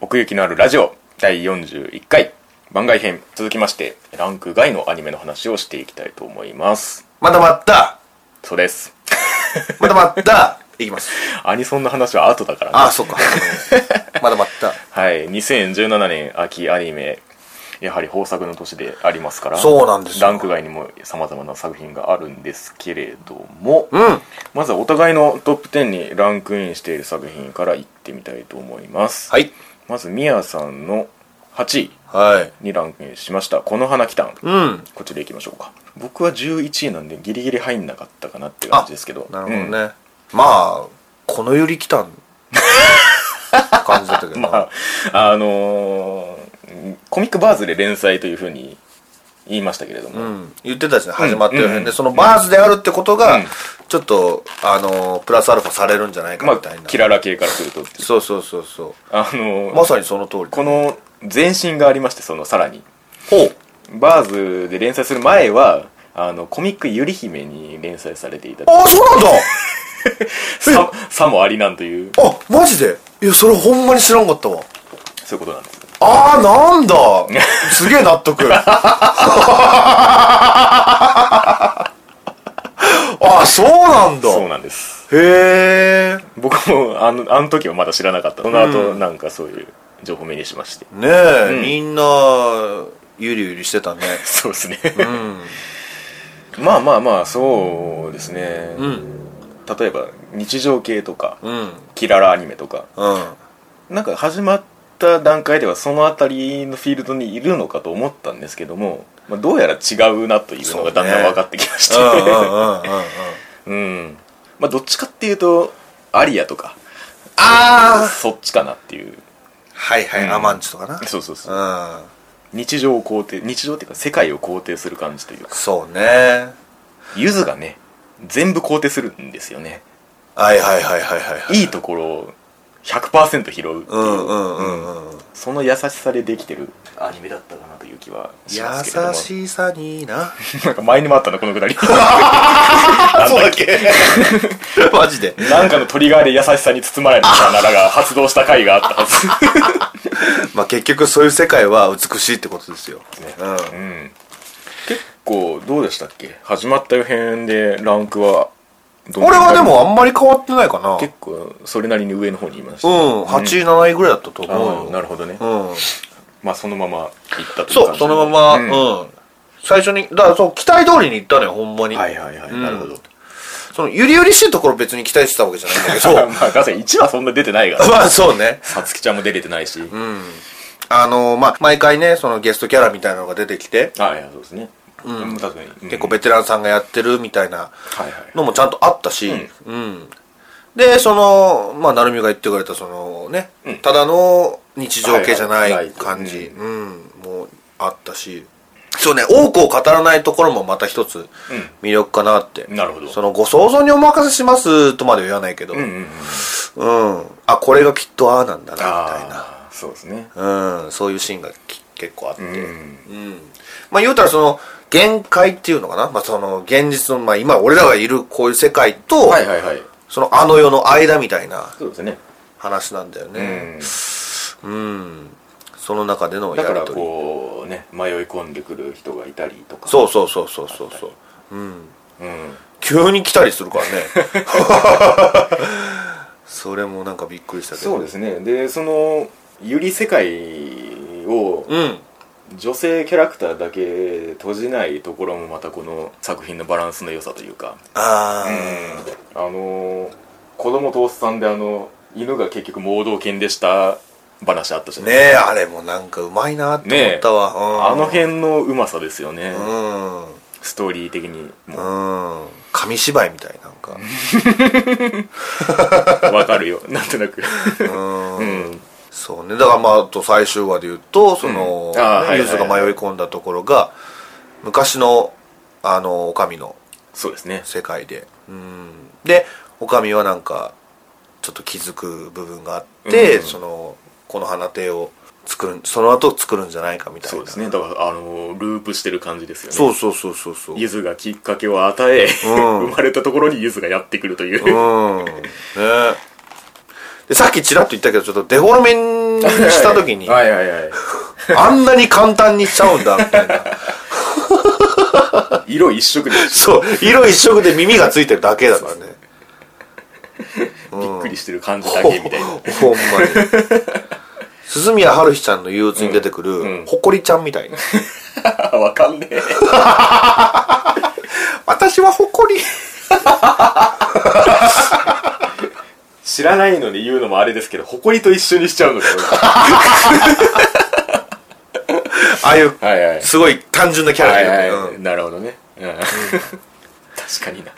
奥行きのあるラジオ第41回番外編続きましてランク外のアニメの話をしていきたいと思いますまだまだそうですまだまだいきます。アニソンの話は後だからねあ あ、そうか。まだまだ。はい2017年秋アニメやはり豊作の年でありますからそうなんですよランク外にもさまざまな作品があるんですけれども、うん。まずはお互いのトップ10にランクインしている作品からいってみたいと思います、はい。まずみやさんの8位はい。にランクインしました「この花きたん」うん。こっちでいきましょうか僕は11位なんでギリギリ入んなかったかなって感じですけどなるほどね。うんまあ、このより来たん。感じだったけどな。 まああのーコミックバーズで連載というふうに言いましたけれども、うん、言ってたですね始まってる、うんうんでそのバーズであるってことが、うんちょっとあのプラスアルファされるんじゃないかまみたいな、あキララ系からするとっていうそうそうそうそあのうーまさにその通りこの前身がありましてそのさらにほうバーズで連載する前はあのコミック「ゆり姫」に連載されていたああそうなんだささもありなんというあマジでいやそれほんまに知らんかったわそういうことなんですああなんだすげえ納得ああそうなんだそうなんですへえ僕もあのあの時はまだ知らなかったその後、なんかそういう情報目にしましてねえ、みんなゆりゆりしてたねそうですね、うんまあまあまあそうですね、うん例えば日常系とか、うんキララアニメとかうんなんか始まった段階ではその辺りのフィールドにいるのかと思ったんですけども、まあ、どうやら違うなというのがだんだん分かってきましうんうんうんてうんうん うんまあどっちかっていうとアリアとかああそっちかなっていうはいはい、うんアマンチとかなそうそうそううん日常を肯定日常っていうか世界を肯定する感じというかそうねゆずがね全部肯定するんですよねはいはいはいはいはいはいいいところを100%拾うっていう、うんうんうんうんその優しさでできてるアニメだったかなという気はしますけれども優しさ にななんか前にもあったなこのく だりあそうだっけマジでなんかのトリガーで優しさに包まれたならが発動した回があったは ずまあ結局そういう世界は美しいってことですよ、ねうんうん結構どうでしたっけ始まった予編でランクはどんな俺はでもあんまり変わってないかな結構それなりに上の方にいました、うん8位7位ぐらいだったとあ思あうなよ、るほどね、うん、まあそのままいったという感じそうそのまま、うんうん、最初にだからそう期待通りに行ったのよほんまに、はいはいはい、うんなる ほどそのゆりゆりしいところ別に期待してたわけじゃないんだけどまあ確かに1はそんな出てないから まあそうねさつきちゃんも出れてないし、ああのまあ毎回ねそのゲストキャラみたいなのが出てきて、あいやそうですねうん確かに、結構ベテランさんがやってるみたいなはいはいのもちゃんとあったし、うんうんでそのまあ成美が言ってくれたそのね、うんただの日常系じゃなはいはいいない感じ、ううんもうあったしそうね多くを語らないところもまた一つ魅力かなって、なるほどそのご想像にお任せしますとまでは言わないけど、ううんんうんうんあこれがきっとああなんだなみたいなああそうですねうん、そういうシーンがき結構あって、うんうんまあ言うたらその限界っていうのかな、まあ、その現実の、まあ、今俺らがいるこういう世界と、はいはいはいそのあの世の間みたいなそうですね、話なんだようねん、うん、その中でのやだりから取りこうね迷い込んでくる人がいたりとかそうそうそうそうそうそううんう、うん、急に来たりするからね それもなんかびっくりしたけどそうですねでそのゆり世界をうん女性キャラクターだけ閉じないところもまたこの作品のバランスの良さというかああ、あのー子供とおっさんであの犬が結局盲導犬でした話あったじゃなねいえあれもなんかうまいなって思ったわ、うあんの辺のうまさですよね、うんストーリー的にもうん紙芝居みたいなん かわかるよ なんとなくうん、うんそうねだからまああと最終話で言うとその、うんあーはいユーズが迷い込んだところが昔のあの女将のそうですね世界で、うん、で女将はなんかちょっと気づく部分があって、うんそのこの花亭を作るその後作るんじゃないかみたいなそうですねだからあのーループしてる感じですよねそうそうそうそうそうゆずがきっかけを与え、ん生まれたところにゆずがやってくるという、うん。ね。で、さっきちらっと言ったけど、ちょっとデフォルメ戦した時 に、はいはいはいあんなに簡単にしちゃうんだ、みたいな。色一色でしそう、色一色で耳がついてるだけだからょね。びっくりしてる感じだけみたいなほんまに。鈴宮春日ちゃんの憂鬱に出てくんうるん、ほこりちゃんみたいな。わかんねえ 私はほこり。知らないので言うのもあれですけど誇りと一緒にしちゃうのかああいう俺はいはいすごい単純なキャラはだいはい、けどねうんなるほどね、うん、 確か にな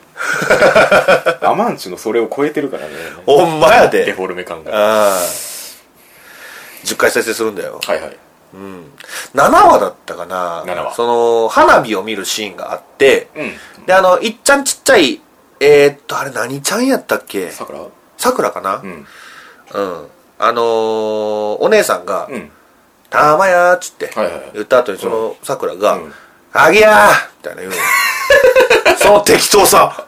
アマンチュのそれを超えてるからねほんまやデで。フォルメ感がああ。10回再生するんだよ。はいはい7話だったかな7話その、花火を見るシーンがあって、うんで、あの、いっちゃんちっちゃい、えーっと、あれ何ちゃんやったっけさくらさくらかなうんうん。あのーお姉さんがう、んたまやーっつってはいはいはい言った後にそのさくらがうん「あげやー!」みたいな言うの その適当さ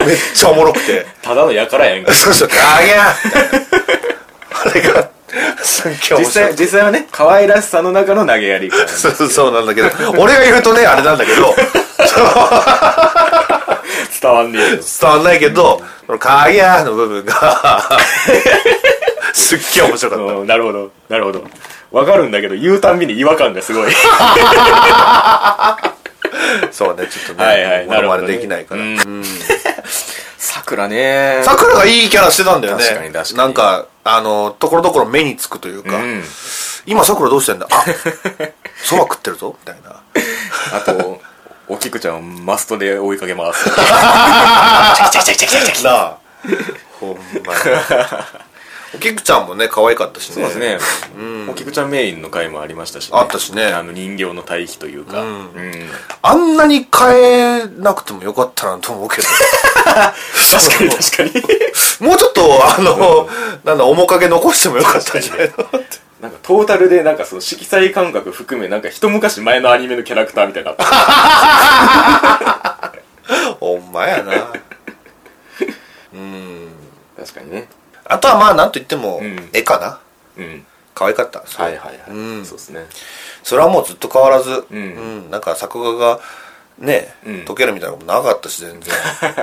めっちゃおもろくてただのやからやん「そうそうあげやー!」みたいなあれがすっげえ実面白際い実際はね可愛らしさの中の投げやり感そうそうそうなんだけど俺が言うとねあれなんだけど伝わんねえよ伝わんないけど「そのあげやー!」の 部分がすっげえ面白かったうんなるほどなるほどわかるんだけど言うたんびに違和感がすご いそうねちょっとねはいはいモノ なマネるほどねできないからうんうんさくらねさくらがいいキャラしてたんだよね。確かに確かになんか、あの、ところどころ目につくというか、うん今さくらどうしてんだ あ、そば食ってるぞみたいな。あとおきくちゃんをマストで追いかけますチャキチャキチャキチャキチャキなあ。ほんまに。おきくちゃんもね、可愛かったしね。そうです。ね。お菊ちゃんメインの回もありましたし、あったしねあの人形の対比というか。うんあんなに変えなくてもよかったなと思うけど。 確かに確かに。もうちょっと、あの、なんだ、面影残してもよかったんじゃないのなんかトータルでなんかその色彩感覚含めなんか一昔前のアニメのキャラクターみたいな。 ほんまやな。うん。確かにね。あとはまあ、なんと言っても、ん絵かな。うん。可愛かった。すごはいはいはい。うんそうですね。それはもうずっと変わらず、うんうんなんか作画がね、うん溶けるみたいなことなかったし全然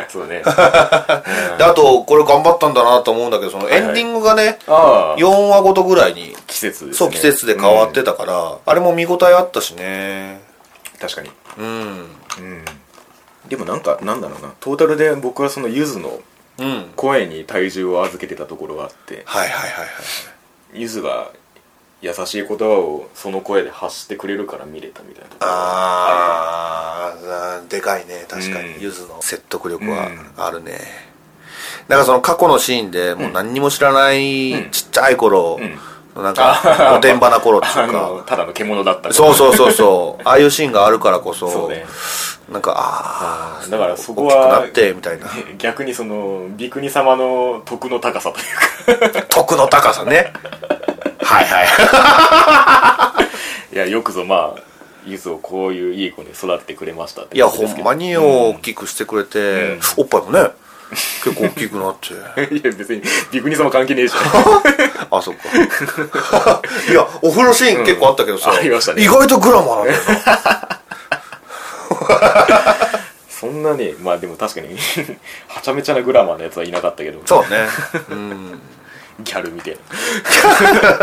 そうね。であとこれ頑張ったんだなと思うんだけどそのいはいエンディングがね、ああ。 4話ごとぐらいに、季節ですね。そう季節で変わってたから、あれも見応えあったしねうん。確かに。ううんん。でもなんかなんだろうな。トータルで僕はそのゆずのうん声に体重を預けてたところがあって、はいはいはいはいゆずが優しい言葉をその声で発してくれるから見れたみたいなところがあーあーでかいね確かうにんゆず、の説得力うはんあるね、なんかその過去のシーンでもう何にも知らない、うんちっちゃい頃、なん あかーおてんばな頃ってあいうのかただの獣だったそうそうそ うそうああいうシーンがあるからこそそうね なんかああだからそこ大きくはなってみたいな逆にそのビクニ様の徳の高さという徳の高さねはいはいか いやよくぞまあゆずをこういういい子に育ってくれましたって いやことほですけ んどまによ大きくしてくれて、おっぱいもね結構大きく なっていや別にビクニ様関係ねえじ ゃあ、そっか。いや、お風呂シーン結構あったけど さ、うんありましたね意外とグラマーなんだよ な。んそんなねまあでも確かに はちゃめちゃなグラマーのやつはいなかったけどそうね。うん。ギャルみたいな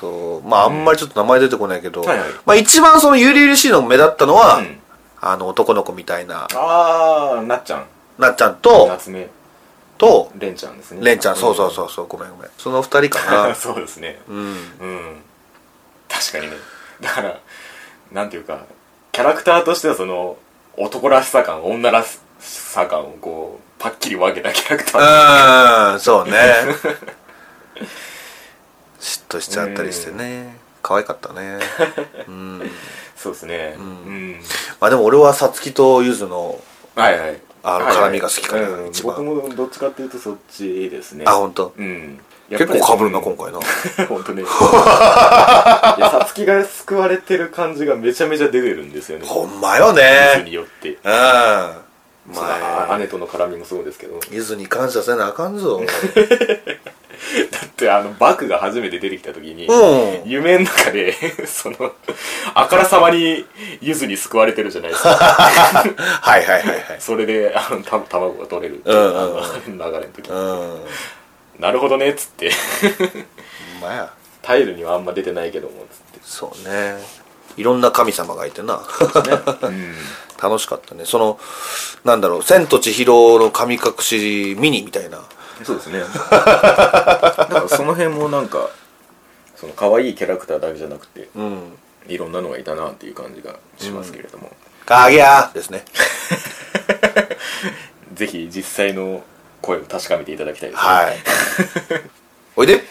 そう。まあ、あんまりちょっと名前出てこないけど、はいはいまあ、一番そのゆりゆりしいの目立ったのは、うんあの、男の子みたいな、ああなっちゃんなっちゃんと、夏目と、れんちゃんですねれんちゃん、そうそううそうそう、ごめんごめん。その二人か ん な。そうですねうん。うん確かにねだからなんていうかキャラクターとしてはその男らしさ感女らしさ感をこうパッキリ分けたキ ャラクタうーーん、 そうね。嫉妬しちゃったりしてね。可愛かったね。うん。そうですねうん、まあでも俺はさつきとゆずのはいはいあのはいはい絡みが好きかなうん一番僕もどっちかっていうとそっちですねあ、本当。うん結構被るな、今今回な。回 本当ねいやさつきが救われてる感じがめちゃめちゃ出てるんですよねほんまよ水ね。によってうん。そのあ姉との絡みもそうですけどだゆずに感謝せなあかんぞってあのバクが初めて出てきた時に、うん夢の中で そのあからさまにゆずに救われてるじゃないですかはいはいはいはいそれであのた卵が取れるっていううんうんうんあの流れの時うんほなるほどねっつってんまやタイルにはあんま出てないけどもっつってそうねいろんな神様がいてな楽しかったねそのなんだろう「千と千尋の神隠しミニ」みたいなそう ですねだからその辺もなんかその可愛いキャラクターだけじゃなくてうんいろんなのがいたなっていう感じがしますけれども、 「かげや!」ですねぜひ実際の声を確かめていただきたいですね、はい おいで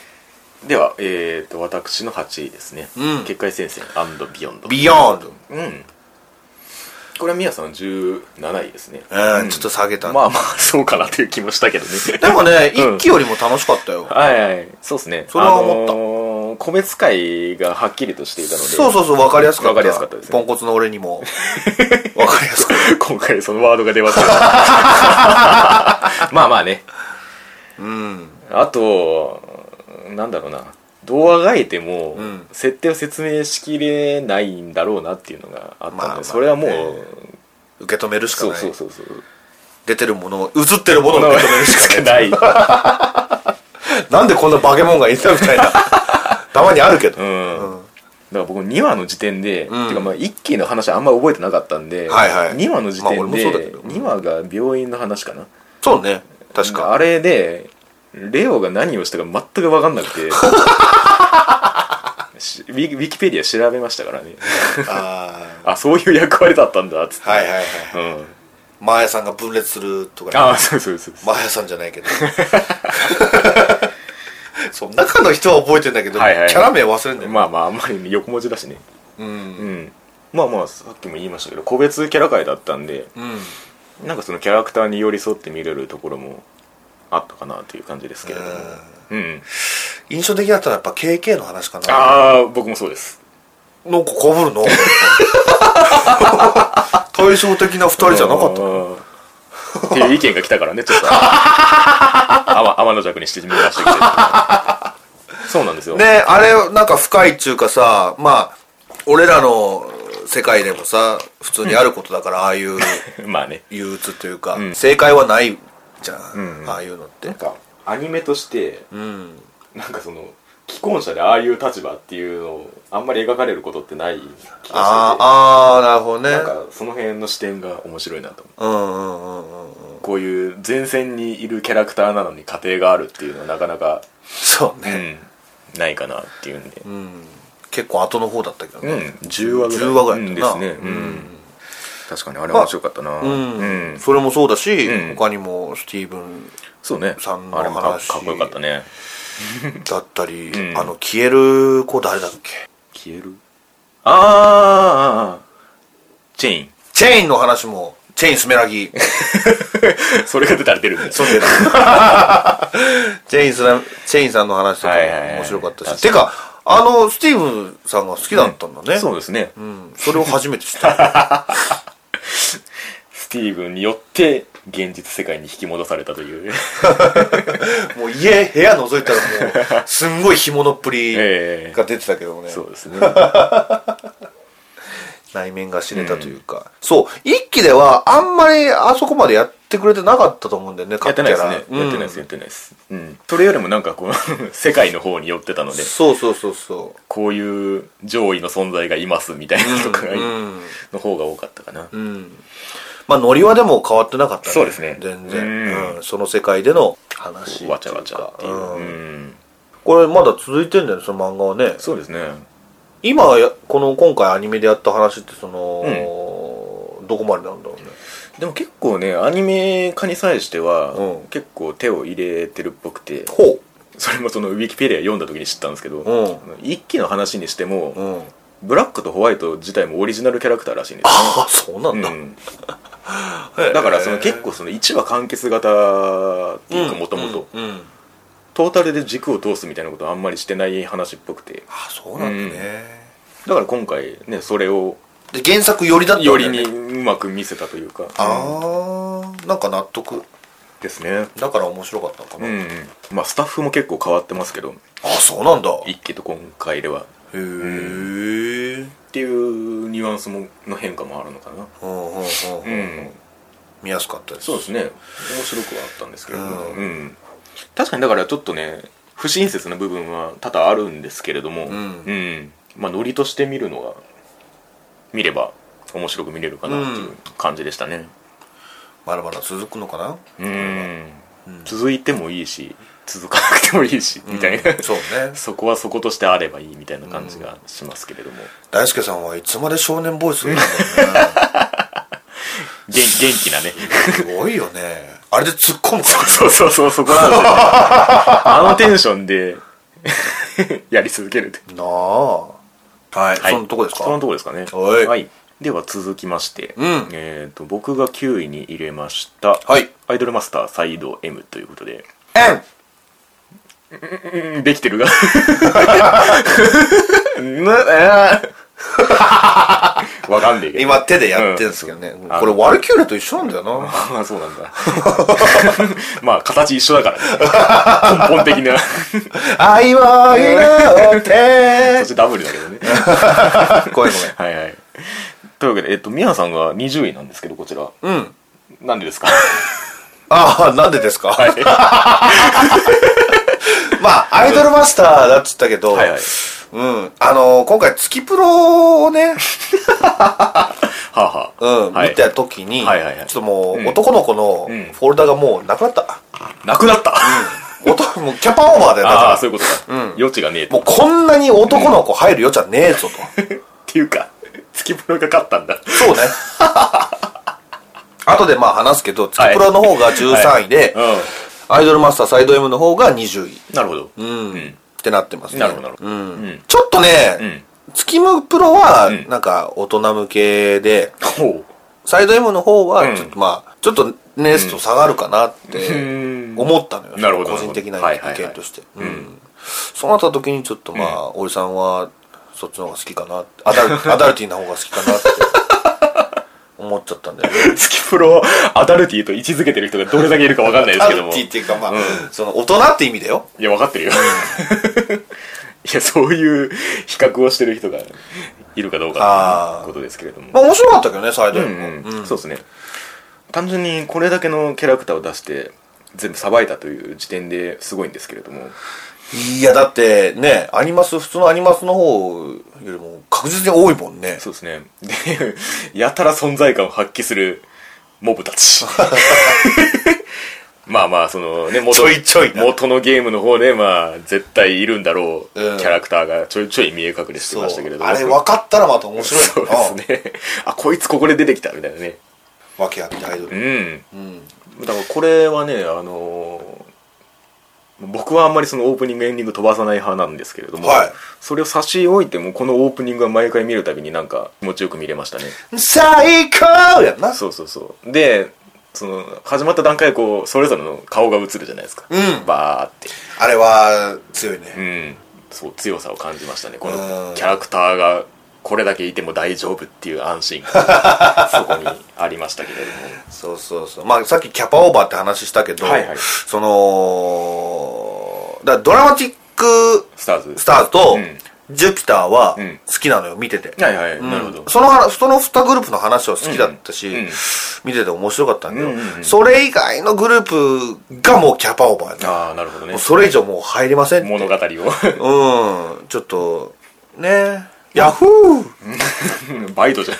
では、えー、と私の8位ですね「うん結界戦線ビヨンド」ビヨンド、うんこれはみやさん17位ですねうんちょっと下げた、まあまあそうかなという気もした けどねでもねうん一期よりも楽しかったよ、はいはいそうですねそれは思ったあのー個別会がはっきりとしていたのでそうそうそう分かりやすかった分かりやすかったですねポンコツの俺にも 分かりやすかっ今回そのワードが出 ましたけどまあまあねたうんあとなんだろうなどうあがいても、ん設定を説明しきれないんだろうなっていうのがあったので、まあまあねそれはもう、受け止めるしかそうないそうそうそう出てるものを映ってるものを受け 止めるしかない ないうなんでこんな化け物がいたみ たいなたまにあるけど、ん、だから僕2話の時点で、うんてかまあ1期の話あんま覚えてなかったんで、はいはい2話の時まあ点俺もそうだけで、ど2話が病院の話かなそうね確かあれでレオが何をしたか全く分かんな くてしウィキウィキペディア調べましたからねああそういう役割だったんだっつって、ーはいはいはいうん、マーヤさんが分裂するとかああそうそうそうそうマーヤさんじゃないけど そう中の人は覚えてんだけど、はいはいキャラ名忘れんだよ、まあまああんまり横文字だしねうんうんまあまあさっきも言いましたけど個別キャラ会だったんでうんなんかそのキャラクターに寄り添って見れるところもあったかなという感じですけれどもうん、印象的だったのはやっぱ KK の話かなああ僕もそうですなんか被る の対照的な二人じゃなかったったっていう意見が来たからねち ょっと天天の弱にしてみましたけどそうなんですよ、ねあれなんか深いっちゅうかさまあ俺らの世界でもさ普通にあることだから、あ あいうまあね憂鬱というか、ん正解はないじゃん、うんうんああいうのってなんかアニメとしてうんなんかその既婚者でああいう立場っていうのをあんまり描かれることってない気がしててああああなるほどねなんかその辺の視点が面白いなと思うんうんうんうんうんうこういう前線にいるキャラクターなのに家庭があるっていうのはなかなか、そううね、ん、ないかなっていうんで、うん結構後の方だったけどうんね、 10話ぐらい10話ぐらいだったなうんですね、うん確かにあれまあ面白かったな、うんうんそれもそうだし、うん他にもスティーブンそうねさんのあれもか話かっこよかったねだったり、うんあの消える子誰だっけ消えるあーあーあーチェインチェインの話もチェインスメラギ それが出たら出るんだよそうだよ チェインさん、チェインさんの話とかもはいはいはい面白かったし。確てか、あの、スティーブさんが好きだったんだね。そうですね、うん。それを初めて 知った。スティーブンによって現実世界に引き戻されたという もう家、部屋覗いたらもう、すんごい干物っぷりええが出てたけどもね。そうですね内面が知れたというか。そう。一期では、あんまりあそこまでやってくれてなかったと思うんだよね、やってないですね、各キャラやってないですやってないです、うん、それよりもなんかこう 世界の方に寄ってたのうんでそうそうそうそこういう上位の存在がいますみたいなのとかう。が、うん。の方が多かったかな、うん。まあ、ノリはでも変わってなかったそうですね全然。うんうん。その世界での話っていうか。わちゃわちゃっていう、うんうんこれまだ続いてんだよねその漫画はねそうですね今やこの今回アニメでやった話ってその、どこまでなんだろうねでも結構ねアニメ化に際しては、うん結構手を入れてるっぽくてほそれもそのウィキペディア読んだ時に知ったんですけど、う一期の話にしても、うんあブラックとホワイト自体もオリジナルキャラクターらしいんですあそうなんだ、よ、うん、へえだからその結構その1話完結型っていうかもともとうんうんうんトータルで軸を通すみたいなことはあんまりしてない話っぽくてあそうなんだね、だから今回ねそれをで原作よりだったんだよよ、りね、にうまく見せたというかああなんか納得ですねだから面白かったのかうな、ん、まあスタッフも結構変わってますけどあそうなんだへ一期と今回ではえ、うんっていうニュアンスもの変化もあるのかなうんうんうん見やすかったですそうですね面白くはあったんですけれども、ううん確かにだからちょっとね不親切な部分は多々あるんですけれども、んうんまあノリとして見るのが見れば面白く見れるかなっていう感じでしたねまだまだ続くのかなうん、続いてもいいし続かなくてもいいし、みたいなうんそうね そこはそことしてあればいいみたいな感じがしますけれども、大輔さんはいつまで少年ボイスなん だろうね元元気なねすごいよねあれで突っ込むから そうそうそうそこなんです よねあのテンションで やり続けるってなあはい、はいそのとこですかそのとこですかねはいでは続きまして、うんえー、と僕が9位に入れました、はいアイドルマスターサイド M ということでえんうんできて るがぬえー わかんねえけど今手でやってるんですけどね、あのこれワルキューレと一緒なんだよなああそうなんだ まあ形一緒だからね根本的 な愛は 祈ってそしてダブルだけどねごめんごめんはいはいというわけで、えっと、ミヤさんが20位なんですけどこちらうんなんでですかああなんでですか、 はい まあアイドルマスターだっつったけど、はいはいうんあの今回月プロをね、はあ、はあ、うんはい見た時に、はいはいはいちょっともう、うん男の子のうんフォルダがもうなくなった、なくな った、男もうキャパオーバーだよだ ああかそういうことか、うん余地がねえらもとっうこんなに男の子入る余地はねえぞとていうか 月プロが勝ったんだそうね 後でまあ話すけど月プロの方が13位で、うアイドルマスターサイド M の方が20位んなるほどうう、んんってなってますねなるほどなるほどうんうんちょっとうね、ん月ムプロはんなんか大人向けで、ほう サイド M の方うはんちょっとまあちょっとネスト下がるかなってうん思ったのよ、なるほど個人的ななる意ほどはいはいはい見として、うんうんそうなった時にちょっとまあ、おじさんはそっちの方が好きかなってアダル アダルティーな方が好きかなって思っちゃったんだよね月プロをアダルティーと位置づけてる人がどれだけいるかわかんないでアすけダルどもティーっていうかまあ、うんその大人って意味だよいや、わかってるよ。 いや、そういう比較をしてる人がいるかどうあかといーうことですけれども。まあ面白かったけどねサイドう M も、んうん、そうですね。単純にこれだけのキャラクターを出して、全部さばいたという時点ですごいんですけれども。いや、だってね、アニマス、普通のアニマスの方よりも確実に多いもんね。そうですね。で、 やたら存在感を発揮するモブた ち。まあまあ、そのね、元ちょいちょいな元のゲームの方で、まあ、絶対いるんだろう、うんキャラクターがちょいちょい見え隠れしてそうましたけれども。あれ分かったらまた面白いそうのかな。ですね。あ、こいつここで出てきたみたいなね。訳あってアイドル。ううん。ん。だからこれはね、あのー僕はあんまりそのオープニングエンディング飛ばさない派なんですけれども、はいそれを差し置いてもこのオープニングは毎回見るたびになんか気持ちよく見れましたね最高やんな。そうそうそうでその始まった段階でこうそれぞれの顔が映るじゃないですか、うんバーってあれは強いね。うんそう強さを感じましたねこうんのキャラクターがこれだけいても大丈夫っていう安心 感そこにありましたけれどもそうそうそう。まあさっきキャパオーバーって話したけど、はいはいその、だからドラマティックスターズスターと、うんジュピターはうん好きなのよ、見てて。はいはい、うんなるほどその話その2グループの話は好きだったし、うんうん見てて面白かったんだけど、うんうんうんそれ以外のグループがもうキャパオーバーで、ああなるほどねもうそれ以上もう入りませんって物語をうんちょっとねヤフーバイトじ ゃん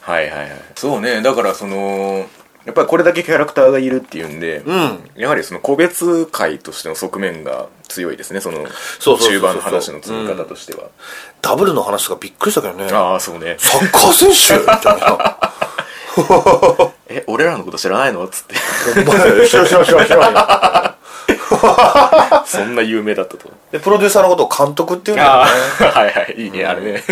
はいはいはいそうねだからそのやっぱりこれだけキャラクターがいるっていうんで、うんやはりその個別回としての側面が強いですねそのそうそうそうそう中盤の話の積み方としては、ダブルの話とかびっくりしたけどねサああそうねッカー選手 みたいなえ俺らのこと知らないのっつって お前知らん知らん知らん知らん よそんな有名だったとでプロデューサーのことを監督っていうのあよあね はいはいいいね、あれね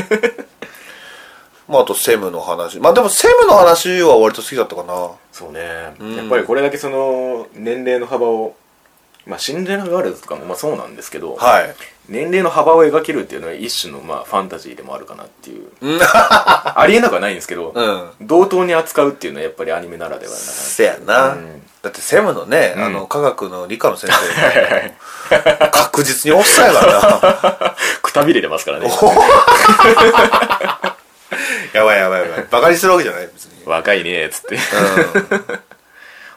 まああとセムの話まあでもセムの話は割と好きだったかなそうね、やっぱりこれだけその年齢の幅をまあ、シンデレラガールズとかもまあそうなんですけど、はい年齢の幅を描けるっていうのは一種のまあファンタジーでもあるかなって いうありえなくはないんですけど、うん同等に扱うっていうのはやっぱりアニメならではなかなせやな、うんだってセムのね、うんあの科学の理科の先生確実におっさんやからな くたびれてますからね やばいやばいやばいバカにするわけじゃない別に、若いねっつってう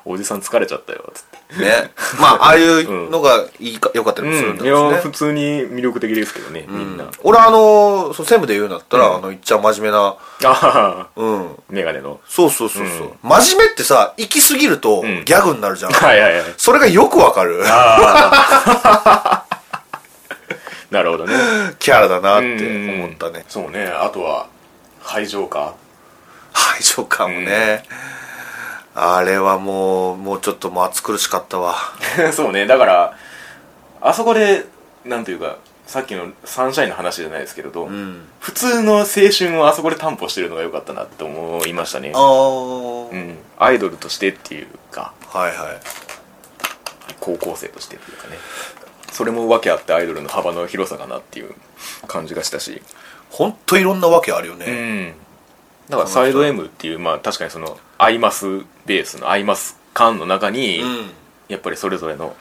おじさん疲れちゃったよっつってん、ねまあああ いうのがいいか、よかったりもするんだいろうやし普ね、通に魅力的ですけどねみんな、俺あのそうセムで言うんだったら、あのいっちゃん真面目なああうんメガネ のそうそうそうそう、真面目ってさ行き過ぎるとんギャグになるじゃん、はいはいはいそれがよくわかるなるほどね キャラだなって思ったね、そうねあとは排除か排除感もね、あれはもうもうちょっともう暑苦しかったわ そうねだからあそこでなんというかさっきのサンシャインの話じゃないですけれど、ん普通の青春をあそこで担保してるのが良かったなって思いましたねあ、あ、うん、アイドルとしてっていうかはいはい高校生としてっていうかねそれも訳あってアイドルの幅の広さかなっていう感じがしたしほんといろんなわけあるようね、んだからサイド M っていうまあ確かにそのアイマスベースのアイマス感の中に、うんやっぱりそれぞれの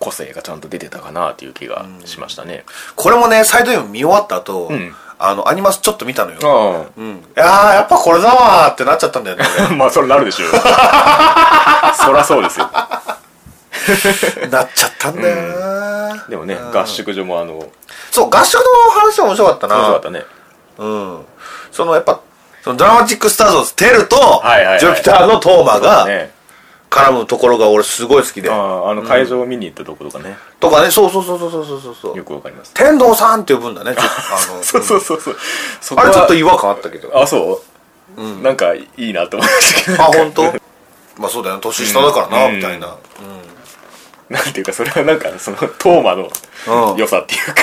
個性がちゃんと出てたかなっていう気がしましたね、これもねサイド M 見終わった後、うんあのアニマスちょっと見たのよ、あうん、いやーやっぱこれだわーってなっちゃったん だよねあ まあそれなるでし ょうそらそうですよ俺なっちゃったんだよな、でもねうん合宿所もあの面そう合宿の話も面白かったな白かったねうんそのやっぱそのドラマチックスターズをテルと、いはいはいジュピターのトーマがね絡むところが俺すごい好きで、あああの会場を見に行ったとことかね、とかねそうそうそうそうそうそうそうよくわかります天童さんって呼ぶんだねちょっとあ のそうそうそうそうそこあはれちょっと違和感あったけどあ あそう、なんかいいなと思いましたけど本当まあそうだよね年下だからな、うんみたいななんていうかそれはなんかそのトーマうのん良さっていうか、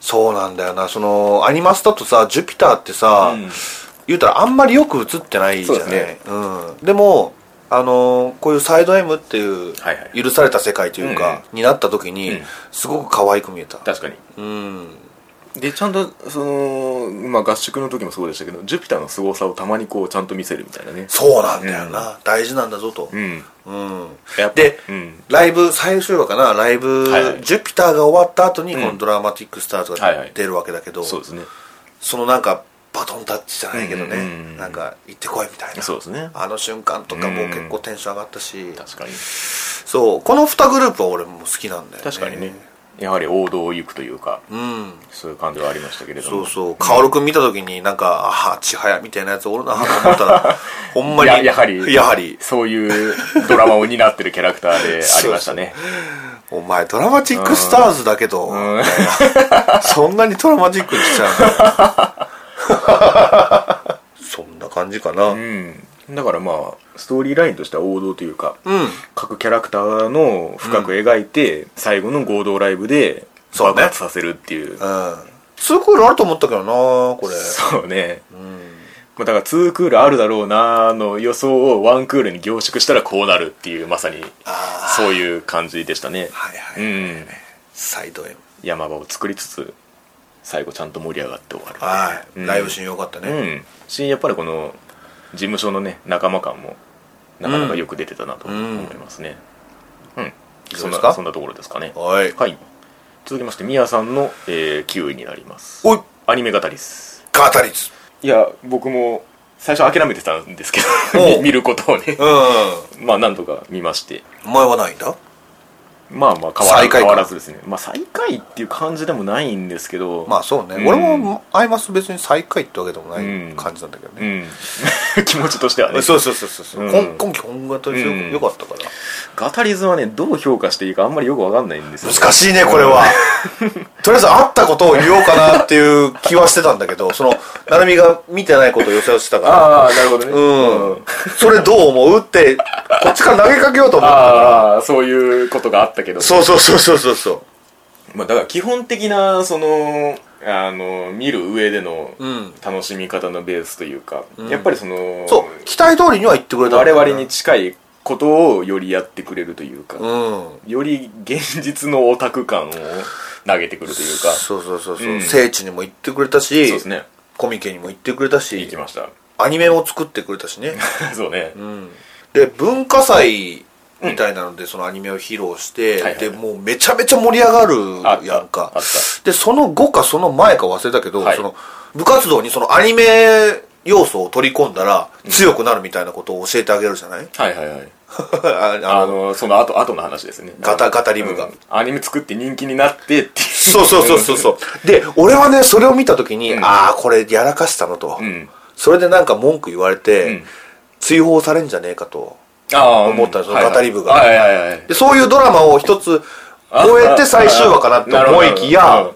そうなんだよなそのアニマスだとさジュピターってさ、うん言うたらあんまりよく映ってないじゃなそいうですねうん、でもあのーこういうサイド M っていうはいはい許された世界というか、になった時に、うんすごく可愛く見えた確かにうんでちゃんとその、まあ、合宿の時もそうでしたけどジュピターの凄さをたまにこうちゃんと見せるみたいなねそうなんだよな、大事なんだぞとうんうんやっぱで、うんライブ最終話かなライブ、はいはいジュピターが終わった後にうこんのドラマティックスターズはいはがい出るわけだけど、そうですねそのなんかバトンタッチじゃないけどね、うんうんうんなんか行ってこいみたいなそうですねあの瞬間とかもううん結構テンション上がったし、確かにそうこの2グループは俺も好きなんだよね確かにねやはり王道を行くというか、うんそういう感じはありましたけれどそもうそう薫君見た時になんか「ああちはや」みたいなやつおるなと思っ たらほんまにややはりやはりそういうドラマを担ってるキャラクターでありましたねお前ドラマチックスターズだけど、みたいなそんなにドラマチックにしちゃう そんな感じかな、うんだからまあストーリーラインとしては王道というか、うん各キャラクターの深く描いて、最後の合同ライブでそうね爆発させるっていううんツークールあると思ったけどなこれそうね、まあ、だから2クールあるだろうなの予想を1クールに凝縮したらこうなるっていうまさにあそういう感じでしたねはいはうい、んサイド M 山場を作りつつ最後ちゃんと盛り上がって終わるはい、うんライブシーンよかったね、うんしやっぱりこの事務所のね仲間感もなかなかよく出てたなと思いますねうん、そんどうですなかそんなところですかねはいはい続きましてみやさんの、えー、9位になりますおいアニメ語りです語りついや僕も最初諦めてたんですけおう ど見見ることをねうんまあなんとか見ましてお前はないんだまあまあ変わら最下位か変わらずですねまあ最下位っていう感じでもないんですけどまあそうね、うん俺もアイマス別に最下位ってわけでもなういん感じなんだけどうね、ん 気持ちとしてはねそうそうそうそうそう、うん今今期本型でうんよかったから、ガタリズはねどう評価していいかあんまりよくわかんないんですよ、難しいねこれ はとりあえず会ったことを言おうかなっていう気はしてたんだけどその成美が見てないことを予想してたからああなるほどねうん、うんそれどう思うってこっちから投げかけようと思ったああそういうことがあったけどそうそうそうそうそうそまあ、だから基本的なそのあの見る上でのうん楽しみ方のベースというか、やっぱりそのうそう期待通りには言ってくれたん我だよな々に近いことをよりやってくれるというか、うんより現実のオタク感を投げてくるというかそうそうそうそう、うん聖地にも行ってくれたしそうですねコミケにも行ってくれたし行きました アニメも作ってくれたしね、そうね、うん、で文化祭みたいなのでそのアニメを披露して、はいはいでもうめちゃめちゃ盛り上があるやんかあったでその後かその前か忘れたけど、はいその部活動にそのアニメ要素を取り込んだら強くなるみたいなことを教えてあげるじゃない、 はいはいはいあああののその後後の話ですねガタガタリブがうんアニメ作って人気になってっていうそうそうそうそうそう。で、俺はね、それを見たときに、うんああ、これやらかしたのと、んそれでなんか文句言われて、うん追放されんじゃねえかと。ああ思ったんですよはいはいガタリブがはいはいはいで、そういうドラマを一つあ終えて最終話かなあと思いきや、なるう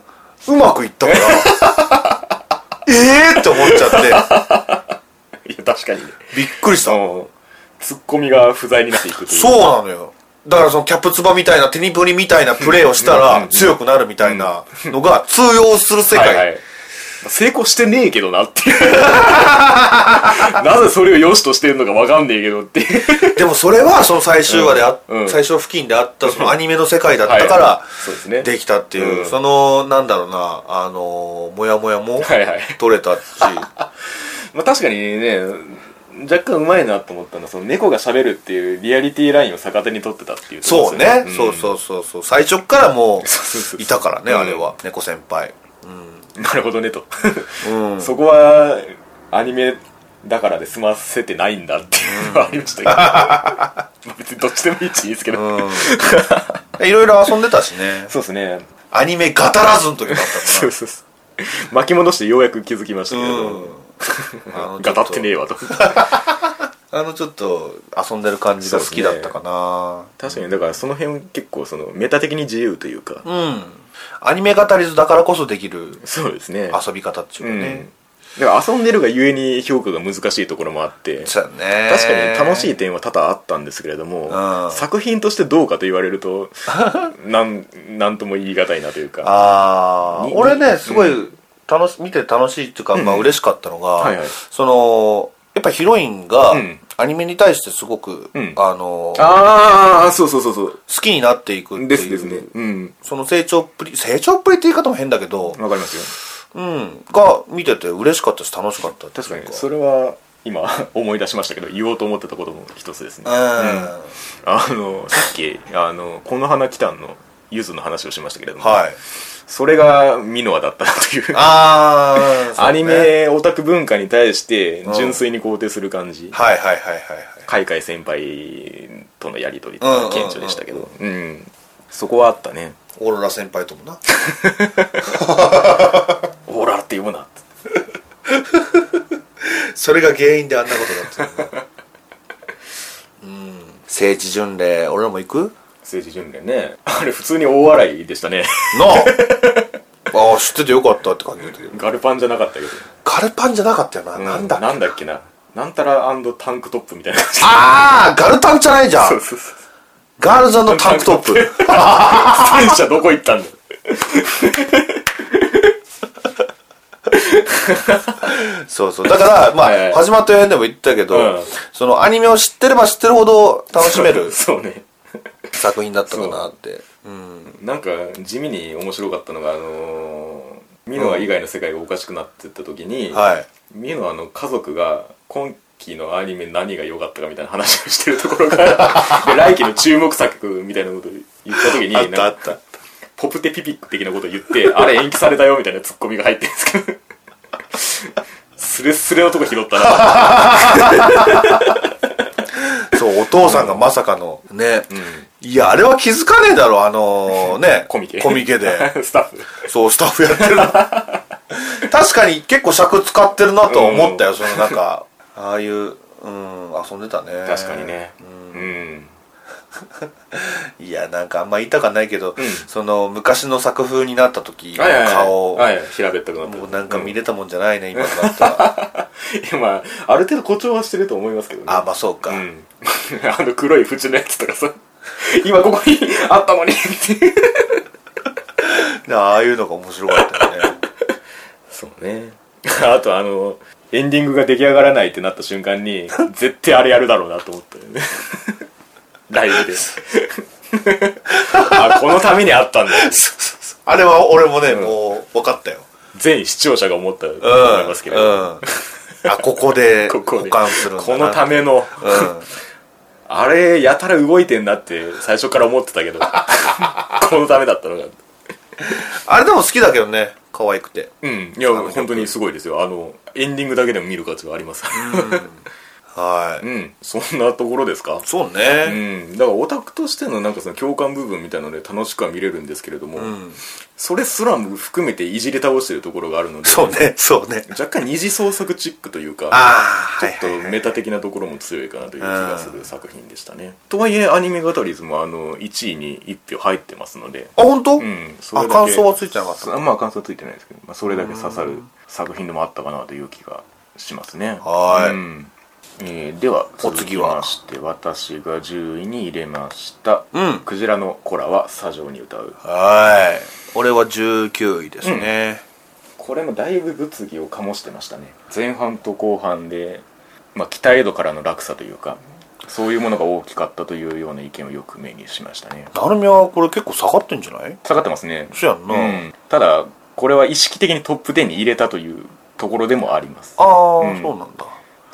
ほまくいったから、 ええって思っちゃっいや確かにねて、びっくりしそた。のツッコミが不在になっていくというそうなのよ。だからそのキャプツバみたいな、テニプリみたいなプレーをしたら強くなるみたいなのが通用する世界。はいはい成功してねえけどなっていう なぜそれを良しとしてるのかわかんねえけどっていうでもそれはその最終話であ、うんうん最終話付近であったそのアニメの世界だったかはらいそうですねできたっていう、うんそのなんだろうなあのーモヤモヤもはいはい取れたし、まあ確かにね若干うまいなと思ったのはその猫が喋るっていうリアリティラインを逆手に取ってたっていうとこそろうねですよ、そうそうそうそう最初っからも そうそうういたからねうんあれは、猫先輩うん なるほどねと、うんそこはアニメだからで済ませてないんだっていうのはありました けど、まあ別にどっちでもいいっちゃいいですけど、いろいろ遊んでたしねそうですねアニメガタらずの時もあったそかうそうそう巻き戻してようやく気づきました けれらど、うんあのち ょガタってねえわとあのちょっと遊んでる感じが好きだったかな確かにだからその辺結構そのメタ的に自由というか、うんアニメ語りずだからこそできるそうですね遊び方っていうかね、うん、だから遊んでるがゆえに評価が難しいところもあってそうだね確かに楽しい点は多々あったんですけれども、うん作品としてどうかと言われる となんなんとも言い難いなというかああに俺ねにすごいうん楽し見て楽しいっていうか、まあ嬉しかったのが、はいはいそのやっぱヒロインがうんアニメに対してすごく、うんあの好ああそうそうそうそうきになっていくっていうですですねうんその成長っぷり成長っぷりって言い方も変だけわど、かりますようん、が見てて嬉しかったし楽しかったっていう確かにそれは今 思い出しましたけど言おうと思ってたことも一つですね、うん、うんあのさっきあの「この花来たん」のゆずの話をしましたけれども、はいそれがミノアだったな というああ、そうねアニメオタク文化に対してん純粋に肯定する感じ、はいはいはいはいはい海外先輩とのやり取りうんうんうんが顕著でしたけどうんそこはあったねオーロラ先輩ともなオーラって言うなってそれが原因であんなことだったうん聖地巡礼俺らも 行く政治巡礼ねあれ普通に大笑いでしたね なあああ知っててよかったって感じだけどガルパンじゃなかったけど、カルパンじゃなかったよな、うなんだなんだっけななんたらタンクトップみたいな 感じああガルタンじゃないじゃんそうそうそうガールズタンクトップ戦車どこ行ったんだよそうそうだからまあ、はいはい始まった予演でも言ったけど、うんそのアニメを知ってれば知ってるほど楽し めるそうね作品だったかなってうんなんか地味に面白かったのがあのーミノア以外の世界がおかしくなってった時に、はいミノアの家族が今期のアニメ何が良かったかみたいな話をしてるところから で来期の注目作みたいなことを言った時にあったなあんっかたポプテピピック的なことを言ってあれ延期されたよみたいなツッコミが入ってるんですけど スレスレのとこ拾ったな、そうお父さんがまさかのね、いやあれは気づかねえだろあのーねコミケコミケ でスタッフそう、スタッフやってるな。 確かに結構尺使ってるなとは思ったよ、そのなんか、ああいう、うん、遊んでたね。確かにねうんいや、なんかあんま言いたかないけど、んその昔の作風になった時の顔、はいはい、平べったくなってもるうなんか見れたもんじゃないね、今となった ら。いやまあある程度誇張はしてると思いますけどねあ、まあそうか。うん あの黒い縁のやつとかさ 今ここにあったのにっていうでああいうのが面白かったよね。そうね あとあの エンディングが出来上がらないってなった瞬間に絶対あれやるだろうなと思ったよねライブで あこのためにあったんだあれは俺もね、もう分かったよ全視聴者が思ったと思いうんますけれうど、ん、あここで こ保こで管するんだなこのためのうんあれやたら動いてんなって最初から思ってたけど このためだったのがあれでも好きだけどね可愛くてうんいや本当にすごいですよあのエンディングだけでも見る価値がありますはい、うん、そんなところですかそううねん、だからオタクとしてのなんかその共感部分みたいなので楽しくは見れるんですけれども、んそれすらも含めていじり倒してるところがあるので そうねそうね若干二次創作チックというかああちょはいっとはいはいメタ的なところも強いかなという気がする作品でしたね、とはいえアニメ語りズもあの1位に1票入ってますので、あ本当、うん、そあれだけ感想はついてなかったあまあ感想はついてないですけど、まあ、それだけ刺さる作品でもあったかなという気がしますねはーいうんえーではお続き次まはして私が10位に入れました、うんクジラのコラは砂上に歌うはい俺は19位ですね、これもだいぶ物議を醸してましたね前半と後半で、まあ、北江戸からの落差というかそういうものが大きかったというような意見をよく目にしましたね成宮はこれ結構下がってんじゃない下がってますねそうやんな、うん、ただこれは意識的にトップ10に入れたというところでもありますああ、うんそうなんだ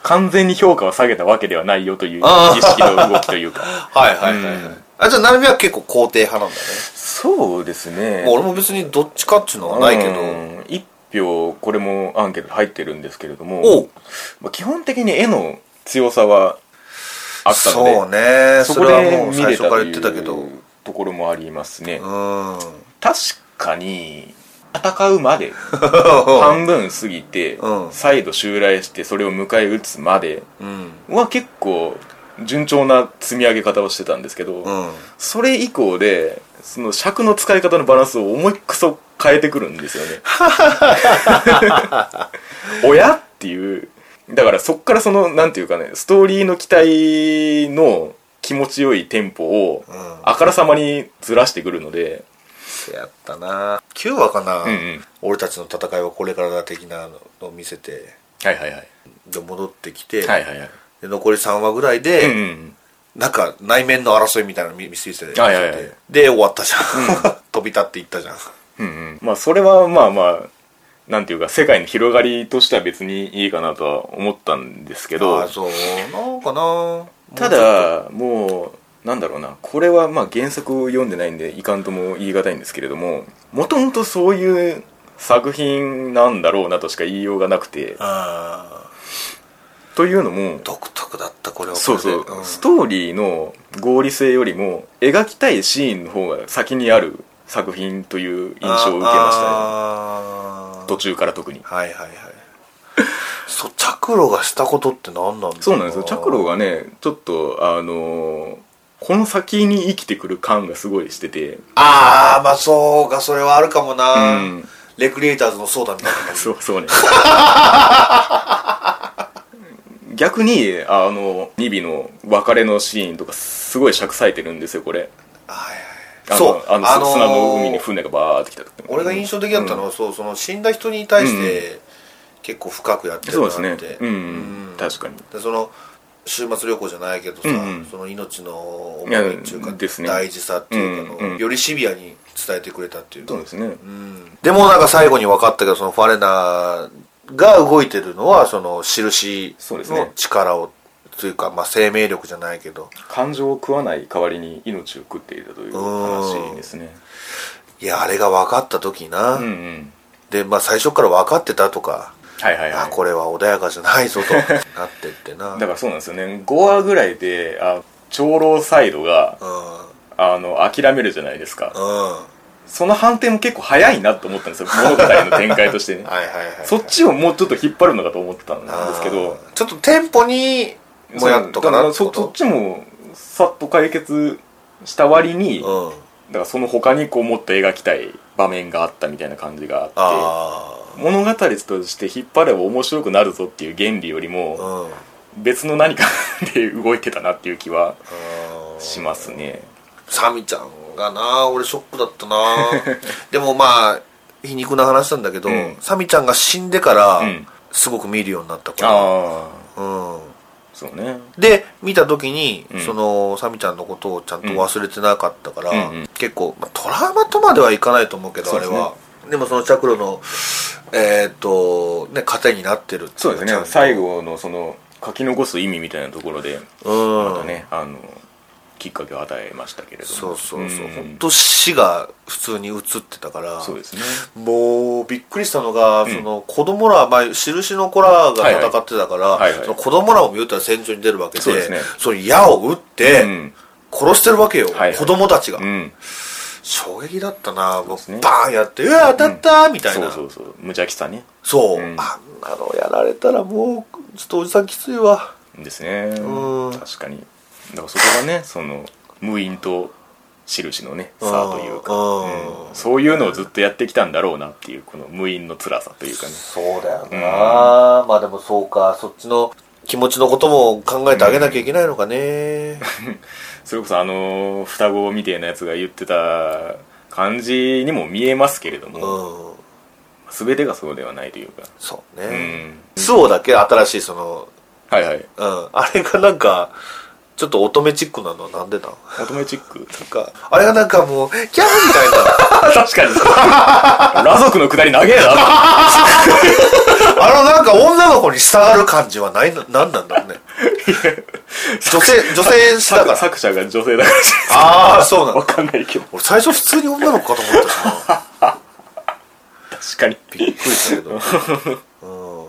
完全に評価を下げたわけではないよという意あー識の動きというか はいはいはい、はいあじゃあ成宮は結構肯定派なんだね、そうですねもう俺も別にどっちかっちゅうのはないけど、うん一票これもアンケート入ってるんですけれどおうも、まあ、基本的に絵の強さはあったのでそうねそそこれではもう見最れ初たからと言ってたけどういうところもありますね、ん確かに戦うま で半分過ぎて、うん再度襲来してそれを迎え撃つまでうんは結構順調な積み上げ方をしてたんですけど、うんそれ以降でその尺の使い方のバランスを思いっくそ変えてくるんですよ ねおやっていうだからそっからそのなんていうかねストーリーの期待の気持ちよいテンポをうんあからさまにずらしてくるので、せやったな9話かな、うんうん俺たちの戦いはこれからだ的なのを見せてはいはいはいで戻ってきて、はいはいはいで残り3話ぐらいで、うんうんなんか内面の争いみたいなの見見せてて、はいはいはいで終わったじゃん、飛び立っていったじゃんうんうんまあそれはまあまあなんていうか世界の広がりとしては別にいいかなとは思ったんですけどああそうなんかなただもうなんだろうなこれはまあ原作を読んでないんでいかんとも言い難いんですけれどももともとそういう作品なんだろうなとしか言いようがなくてあーというのも独特だったこれはこれそうでそう、んストーリーの合理性よりも描きたいシーンの方が先にある作品という印象を受けましたねあー途中から特にはいはいはいそう着路がしたことって何なんだろそうなんですよ着路がねちょっとあのーこの先に生きてくる感がすごいしててああまあそうかそれはあるかもな、うんレクリエイターズのそうだみたいな感じそうそうね 逆にあの2尾の別れのシーンとかすごい尺割いてるんですよこれはいあのはいそうあの、ー砂の海に船がバーって来た時俺が印象的だったのは、そうその死んだ人に対しうて、結構深くやってるそうなっですてねうん、うん確かにでその週末旅行じゃないけどさ、うんうんその命の重みっていういかやですね大事さっていうかの、うんうんよりシビアに伝えてくれたっていうかそうですねでもなんか最後に分かったけどそのファレナーが動いてるのはその印そうですねの力をというか、まあ、生命力じゃないけど感情を食わない代わりに命を食っていたという話ですねいやあれが分かった時な、うんうんで、まあ、最初から分かってたとか、はいはいはいあこれは穏やかじゃな いぞとなってってなだからそうなんですよね5話ぐらいであ長老サイドがあの諦めるじゃないですかうんうんはその判定も結構早いなと思ったんですよ物語の展開としてねい はいはいそっちをもうちょっと引っ張るのかと思ってたんであーすけどちょっとテンポにもやっとかなそっうてそこうそっとちもさっと解決した割に、だうんからその他にこうもっと描きたい場面があったみたいな感じがあってあ物語として引っ張れば面白くなるぞっていう原理よりあうもんうん別の何かで動いてたなっていう気はしますねサミちゃんがな俺ショックだったな でもまあ皮肉な話なんだけど、うんサミちゃんが死んでから、うんすごく見るようになったからああうんそうねで見た時に、うんそのサミちゃんのことをちゃんと忘れてなかったから、うんうんうん結構、まあトラウマとまではいかないと思うけどそうあでれすねはでもその着路のえーっとね糧になってるっていそうですねちゃんと最後のその書き残す意味みたいなところでうん、またね、あのきっかけを与えましたけれどもそうそうそう、ん本当死が普通に映ってたからそうですねもうびっくりしたのが、んその子供ら、まあ、印の子らが戦ってたから、はいはいその子供らを見打ったら戦場に出るわけでそうですねその矢を撃って、うん殺してるわけよ、はいはい子供たちが、うん衝撃だったなもうすねバーンやって「うわ当たった!」みたいそうなそうそう無邪気さねそううんあんなのやられたらもうちょっとおじさんきついわですねうん確かにだからそこがねその無印と印のねうん差というか、うんうんそういうのをずっとやってきたんだろうなっていうこの無印の辛さというかねそうだよな、まあでもそうかそっちの気持ちのことも考えてあげなきゃいけないの かね、それこそあの双子みたいなやつが言ってた感じにも見えますけれどうも、ん、全てがそうではないというかそううね、んスオだけ新しいその、はいはいうん、あれがなんかちょっと乙女チックなのはなんでなの乙女チックなんかあれがなんかもうキャーみたい な確かに裸族のくだり長えなあのなんか女の子に従う感じはないな何なんだろうね女性女性しだか作作ら者が女性だからしああそうなんわだかんないけど俺最初普通に女の子かと思ったし な確かにびっくりしたけどうん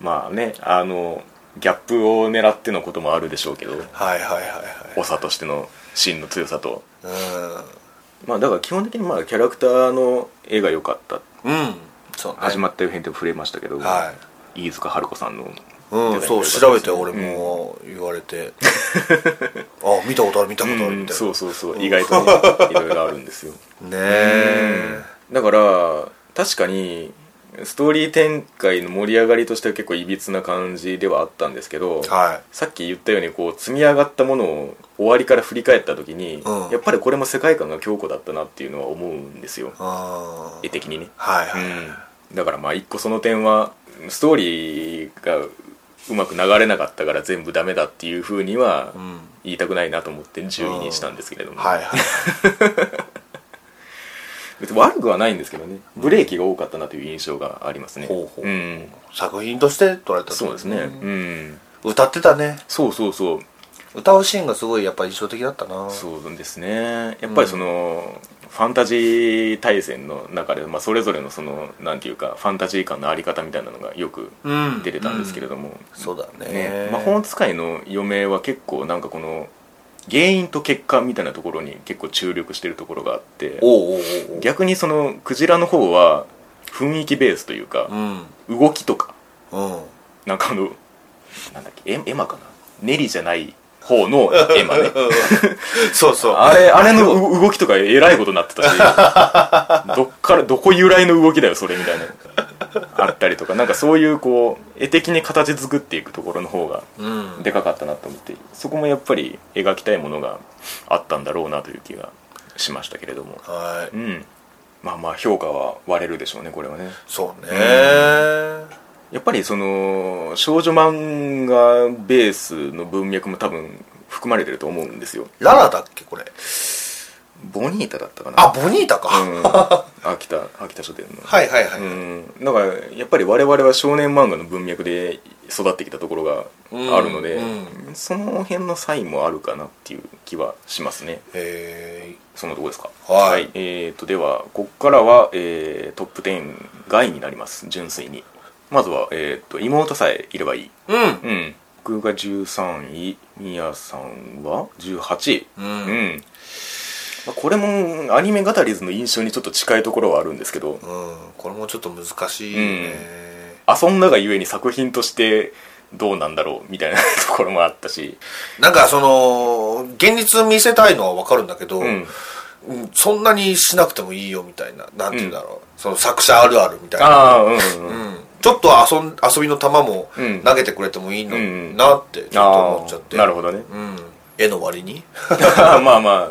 まあねあのギャップを狙ってのこともあるでしょうけどはいはいはい長としての芯の強さとはいまあだから基本的にまあキャラクターの絵が良かったうんうんそうね始まった編でも触れましたけど、は飯塚春子さんのうんそう調べて俺も言われてあ見たことある見たことあるみたいなそうそうそう意外と ねいろいろあるんですよねえだから確かにストーリー展開の盛り上がりとしては結構いびつな感じではあったんですけど、はさっき言ったようにこう積み上がったものを終わりから振り返った時に、うんやっぱりこれも世界観が強固だったなっていうのは思うんですよいうん絵的にね、はいはいうん、だからまあ一個その点はストーリーがうまく流れなかったから全部ダメだっていうふうにはうん言いたくないなと思って10位にしたんですけれども、はいはい別に悪くはないんですけどねブレーキが多かったなという印象がありますねほうほうん作品として撮られたとそうですねうん歌ってたねそうそうそう歌うシーンがすごいやっぱ印象的だったなそうですねやっぱりその、ファンタジー対戦の中で、まあ、それぞれのそのなんていうかファンタジー感のあり方みたいなのがよくうん出てたんですけれども、そうだねね、魔法使いの余命は結構なんかこの原因と結果みたいなところに結構注力してるところがあっておうおうおうおう逆にそのクジラの方は雰囲気ベースというかう、ん動きとかうんなんかあのなんだっけエエマかなネリじゃない方のエマねそうそう あれあれのう動きとかえらいことになってたし どっからどこ由来の動きだよそれみたいなあったりとかなんかそういうこう絵的に形作っていくところの方がうんでかかったなと思ってそこもやっぱり描きたいものがあったんだろうなという気がしましたけれどもはいうんまあまあ評価は割れるでしょうねこれはねそうねやっぱりその少女漫画ベースの文脈も多分含まれてると思うんですよララだっけこれボニータだったかなあボニータうかん、秋田秋田書店のはいはいはいうん、だからやっぱり我々は少年漫画の文脈で育ってきたところがあるので、うんその辺のサインもあるかなっていう気はしますねえそのとこですかはいえー、とではここからは、えートップ10外になります純粋にまずは、えー、と妹さえいればいいーうんうん僕が13位みやさんは18位ううん、んまあこれもアニメ語りずの印象にちょっと近いところはあるんですけど、うんこれもちょっと難しいね遊んだがゆえに作品としてどうなんだろうみたいな ところもあったし、なんかその現実見せたいのはわかるんだけど、うんうんそんなにしなくてもいいよみたいななんて言うんだろう、その作者あるあるみたいな、ああうんうん、うん、ちょっと遊ん遊びの球もうん投げてくれてもいいのうんになってちょっと思っちゃって、なるほどねうん、絵の割に まあまあ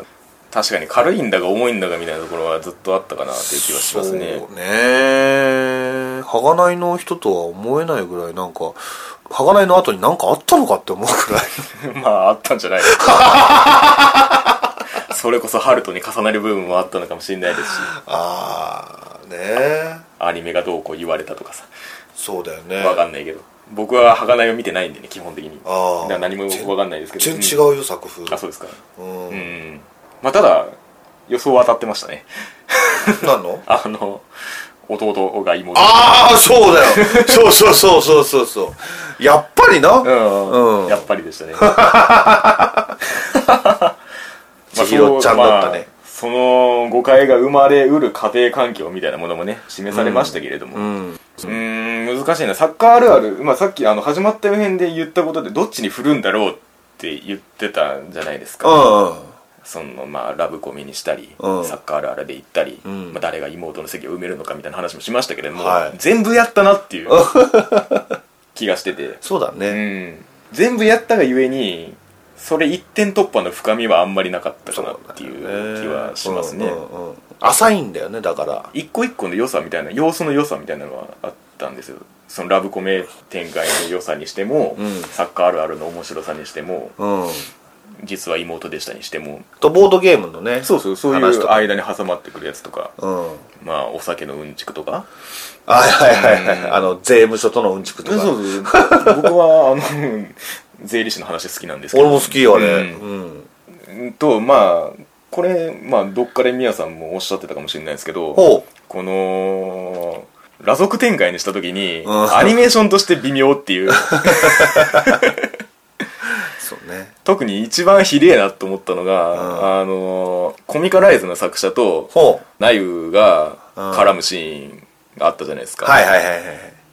確かに軽いんだが重いんだがみたいなところはずっとあったかなっていう気はしますねそうね鋼の人とは思えないぐらいなんか鋼の後に何かあったのかって思うくら い まああったんじゃないですか それこそハルトに重なる部分もあったのかもしれないですしああねえアニメがどうこう言われたとかさそうだよねわかんないけど僕は鋼を見てないんでね基本的にあーだから何もわかんないですけど全然違うんうよ作風あそうですかうん、、うんんまあただ予想は当たってましたね何のあの弟が妹ああそうだよそうそうそうそうそうそうやっぱりな、うん、うんやっぱりでした ねまあ千尋ちゃんだったねそうまあその誤解が生まれうる家庭環境みたいなものもね示されましたけれどもううんんーん難しいなサッカーあるある、まあ、さっきあの始まった辺で言ったことでどっちに振るんだろうって言ってたんじゃないですうか、んそのまあラブコメにしたり、うんサッカーあるあるで行ったり、うんまあ、誰が妹の席を埋めるのかみたいな話もしましたけれども、はい全部やったな っていう気がしててそうだうね、ん、全部やったがゆえにそれ一点突破の深みはあんまりなかったかなっていう気はしますね、うんうんうん浅いんだよねだから一個一個の良さみたいな要素の良さみたいなのはあったんですよそのラブコメ展開の良さにしても、うんサッカーあるあるの面白さにしてもうん実は妹でしたにしてもとボードゲームのねそうそうそうい話とうか間に挟まってくるやつとかうんまあお酒のうんちくとかはいはいはいはいあの税務署とのうんちくとかそう そう僕はあの税理士の話好きなんですけど俺も好きよあれうんうんうんとまあこれまあどっかでみやさんもおっしゃってたかもしれないですけどほこの裸族展開にした時にうん アニメーションとして微妙っていううそうね特に一番ひでえなと思ったのが、あのコミカライズの作者とほうナユがうん絡むシーンがあったじゃないですか、はいはいはいはい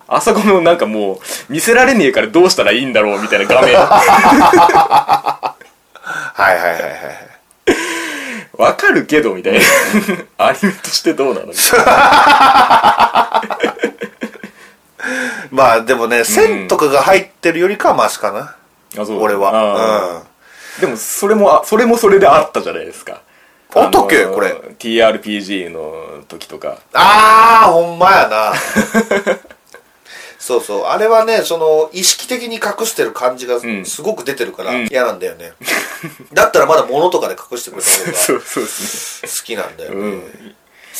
あそこのなんかもう見せられねえからどうしたらいいんだろうみたいな 画面はいはいはいはいはいわかるけどみたいな アニメとしてどうなのみたいなまあでもね線とかが入ってるよりかはマシかなあそう 俺あーはでもそれもあそれもそれであったじゃないですかあったっけのこれ TRPG の時とかああーほんまやな そうそうあれはねその意識的に隠してる感じがんすごく出てるからうん嫌なんだよね、だったらまだ物とかで隠してくれた方 そがうそうです好きなんだよねね、う好ん、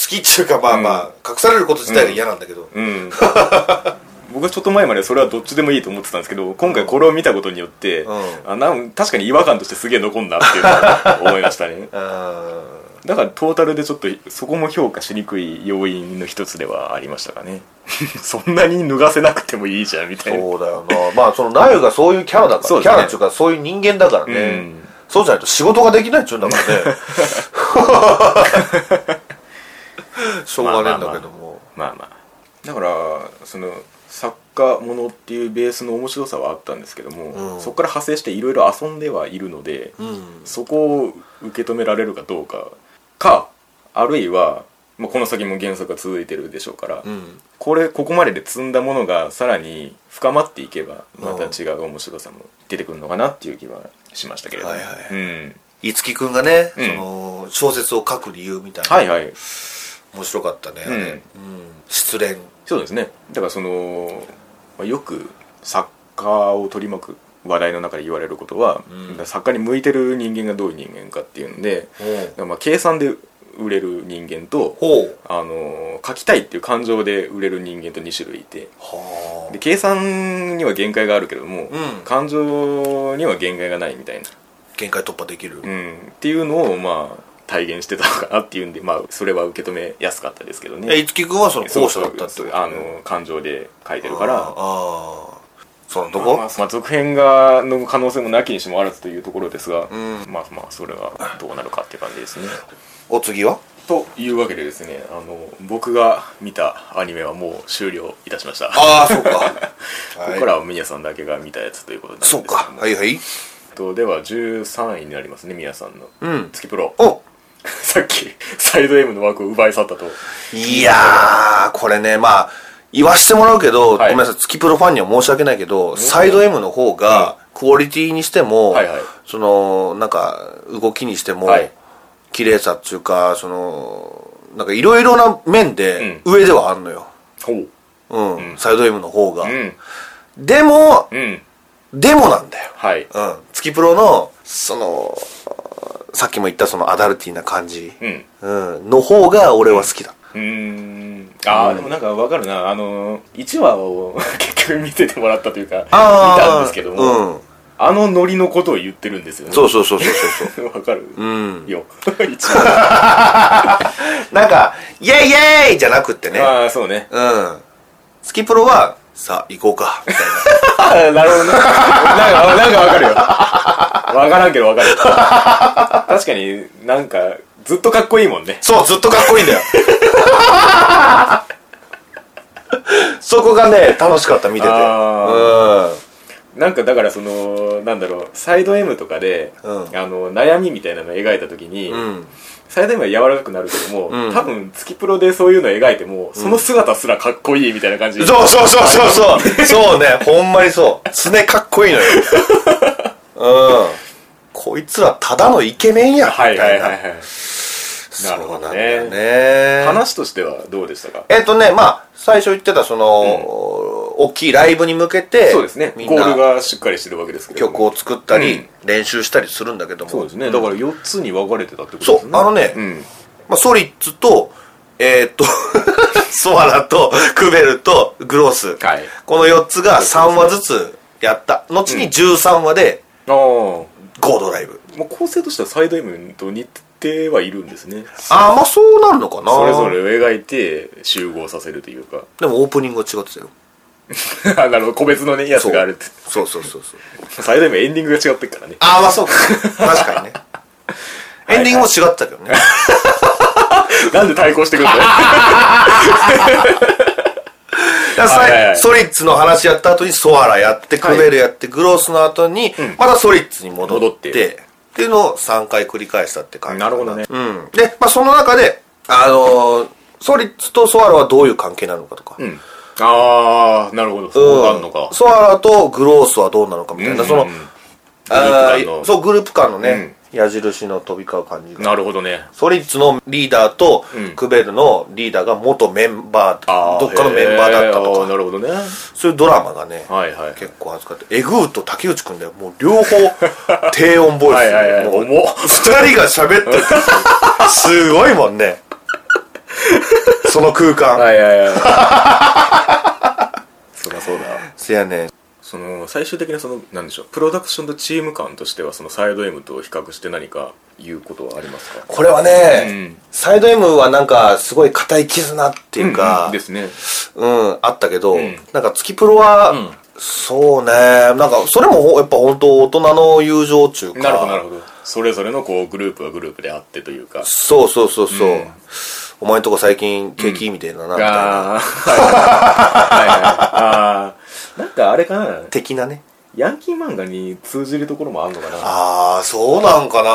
きっていうかまあまあ、隠されること自体が嫌なんだけど、うん、 僕はちょっと前までそれはどっちでもいいと思ってたんですけど今回これを見たことによって、うんあなん確かに違和感としてすげえ残んなっていうのは思いました ねあだからトータルでちょっとそこも評価しにくい要因の一つではありましたかね そんなに脱がせなくてもいいじゃんみたいなそうだよなまあそのナユがそういうキャラだからそうキだねャラっていうかそういう人間だからね、うんそうじゃないと仕事ができないっちゅうん だからねしょうがねえんだけども、まあまあだからその作家ものっていうベースの面白さはあったんですけども、うんそこから派生していろいろ遊んではいるので、うんそこを受け止められるかどうかかあるいは、まあ、この先も原作が続いてるでしょうから、うんこれここまでで積んだものがさらに深まっていけばまた違う面白さも出てくるのかなっていう気はしましたけれども、はいはいうん、五木君がね、うんその小説を書く理由みたいな、はいはい面白かったね、あれうん失恋そうですねだからその、まあよく作家を取り巻く話題の中で言われることは、うんだから作家に向いてる人間がどういう人間かっていうので、ほうだからまあ計算で売れる人間とほうあの書きたいっていう感情で売れる人間と2種類いてはで計算には限界があるけれども、うん感情には限界がないみたいな、限界突破できる、うん、っていうのをまあ体現してたのかなっていうんで、まあ、それは受け止めやすかったですけどねえ五木君はそのそう後そ者うだったってこと、ね、あの感情で書いてるだかあーらあーそのとまあこ、まあまあ続編がの可能性もなきにしもあらずというところですが、んまあまあそれはどうなるかっていう感じですね。お次は というわけでですねあの僕が見たアニメはもう終了いたしました。 こああそうかこはいからはミヤさんだけが見たやつということなんですそうかはいはいとでは13位になりますねミヤさんの、うん月プロ おさっきサイド M の枠を奪い去ったといやーこれねまあ言わしてもらうけはど、いごめんなさい月プロファンには申し訳ないけど、サイド M の方が、クオリティにしても、はいはいそのなんか動きにしても、はい綺麗さっていうかそのなんかいろいろな面で上ではあんのよ、ほううんサイド M の方が、うんでもうんでもなんだよ、はいうん、月プロのそのさっきも言ったそのアダルティーな感じ、うんうん、の方が俺は好きだ、うーんああ、でもなんかわかるなあの1話を結局見せてもらったというか見あーたんですけども、うんあのノリのことを言ってるんですよねそうそうそうそうそうう わかる、う、ん、よ一話なんか「イェイイェイ!」じゃなくって ねああそうねうん月プロは「さあ行こうか」みたいなあーなるほどねなんかなんかわかるよわからんけどわかる確かになんかずっとかっこいいもんねそうずっとかっこいいんだよそこがね楽しかった見ててあうんなんかだからそのなんだろうサイド M とかで、うんあの悩みみたいなのを描いた時に、うん、サイド M は柔らかくなるけども、うん多分月プロでそういうのを描いても、その姿すらかっこいいみたいな感じそうそうそうそうそうそうねほんまにそうすねかっこいいのようんこいつらただのイケメンやはいはいはいいはいそなうるなほんだどよねね話としてはどうでしたかえっ、とねまあ最初言ってたその、大きいライブに向けてそうですねみんゴールながしっかりしてるわけですけれども曲を作ったうり、ん練習したりするんだけどもそうですねだから4つに分かれてたってことですそねうあのねうんまあ、ソリッツと、え ーっと、ソアラと、クベルと、グロース。はいこの4つが3話ずつやった。後に13話で、ああもゴードライブ。う構成としてはサイド M と似てはいるんですねああ、まあそうなるのかな。それぞれ。を描いて集合させるというかでもオープニングは違ってたよ。 あなるほど個別のねやつがあるってそうそうそうそう。サイド M エンディングが違ってるからねああ、まあそうか。確かに ね。エンディングも違ってたけどね。なんで対抗してくんだよだからさはいはいはいソリッツの話やった後にソアラやって、はいクベルやって、グロースの後に、またソリッツに戻戻っ、っててっていうのを3回繰り返したって感じ。なるほどねうん。で、まあ、その中で、あのーソリッツとソアラはどういう関係なのかとか。うんああなるほどそうがあんのかソアラとグロースはどうなのかみたいな、うんそのうん、あグループ間ーのそう、グループ間のね、矢印の飛び交う感じが。なるほどねソリッツのリーダーとうんクベルのリーダーが元メンバー、あーどっかのメンバーだったへとあなか、るほどねそういうドラマがね、はいはい結構扱って、エグーと竹内くんだよ。もう両方低音ボイス。 はいはいはいもう重っ二人が喋ってて、すごいもんね。その空間。はいはい はいそりゃそうだせやねん。その最終的なそのなんでしょうプロダクションとチーム感としてはそのサイド M と比較して何か言うことはありますかこれはね、うんサイド M はなんかすごい固い絆っていうか、ですねうん、あったけど、んなんか月プロは、んそうね、なんかそれもほやっぱ本当大人の友情っていうか、なるほどなるほどそれぞれのこうグループはグループであってというかそうそうそうそう、うんお前んとこ最近景気いいみたいだな、みたいな、ああはいはいああなんかあれかな的なね。ヤンキー漫画に通じるところもあるのかなああ、そうなんかな、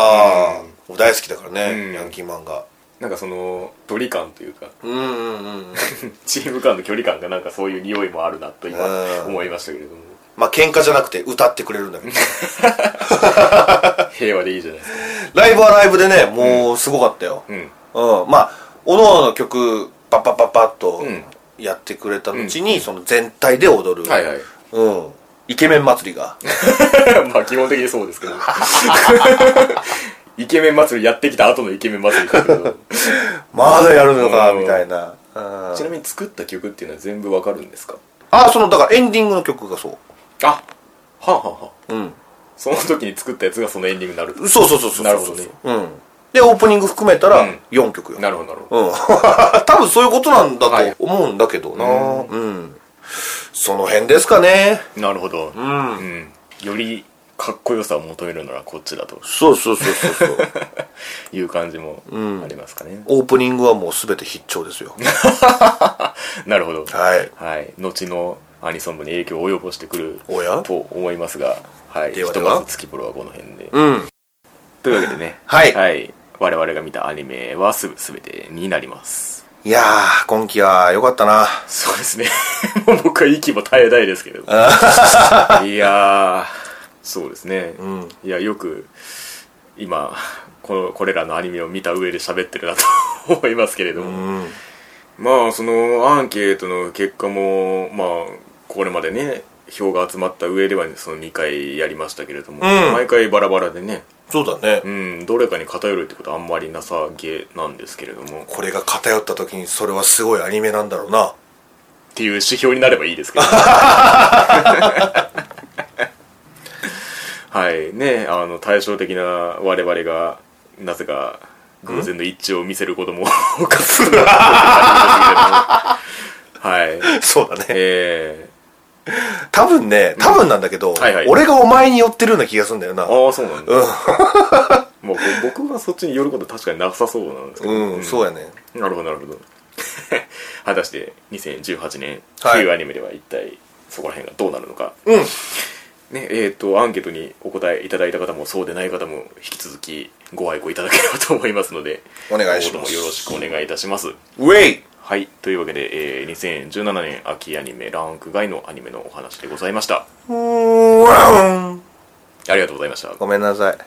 俺大好きだからね、うんヤンキー漫画。なんかその距離感というかうんうんうん。チーム間の距離感がなんかそういう匂いもあるなとうん今思いましたけれどもまあ喧嘩じゃなくて歌ってくれるんだけど。 平和でいいじゃないですかライブはライブでね、もうすごかったよ。うんうん、まあおのの曲パッパッパッパッとうんやってくれた後に、その全体で踊る、はいはいうん、イケメン祭りが まあ基本的にそうです けどイケメン祭りやってきた後のイケメン祭りだけどまだやるのかうんみたいな、うん ちなみに作った曲っていうのは全部わかるんですかあそのだからエンディングの曲がそあはあはあはあう、うん、その時に作ったやつがそのエンディングになるそうそうそうそうそうなるほどねうん、でオープニング含めたうらん4曲よ、なるほどなるほどうん、 多分そういうことなんだはいと思うんだけどな、うんうん、その辺ですかねなるほど、うんよりかっこよさを求めるならこっちだと そうそうそうそうそういう感じもありますかね、オープニングはもう全て必聴ですよなるほどはいはい後のアニソン部に影響を及ぼしてくるおやと思いますがはいではでひはとまず月プロはこの辺で、うんというわけでねはいはい、我々が見たアニメはすべてになりますいやー、今季は良かったな。そうですね もう僕は息も絶えないですけれどいやーそうですね、んいやよく今このこれらのアニメを見た上で喋ってるなと思いますけれども、うんまあそのアンケートの結果もまあこれまでね票が集まった上ではその2回やりましたけれども、ん毎回バラバラでね、そうだね、うん、どれかに偏るってことはあんまりなさげなんですけれどもっこれが偏った時にそれはすごいアニメなんだろうなていう指標になればいいですけ どはいねあの対照的な我々がなぜか偶然の一致を見せることも 多かったなと思いますけれども はい そうだねえ多分ね多分なんだけど、はいはい俺がお前に寄ってるような気がするんだよなー、ああそうなんだ、もう僕がそっちに寄ること確かになさそうなんですけど、うん、そうやねなるほどなるほど 果たして2018年はい冬アニメでは一体そこら辺がどうなるのか、うんねえー、とアンケートにお答えいただいた方もそうでない方も引き続きご愛顧いただければと思いますのでお願いしま今後とすもよろしくお願いいたしますウェイはいというわけで、えー2017年秋アニメランク外のアニメのお話でございましたうーんありがとうございましたごめんなさい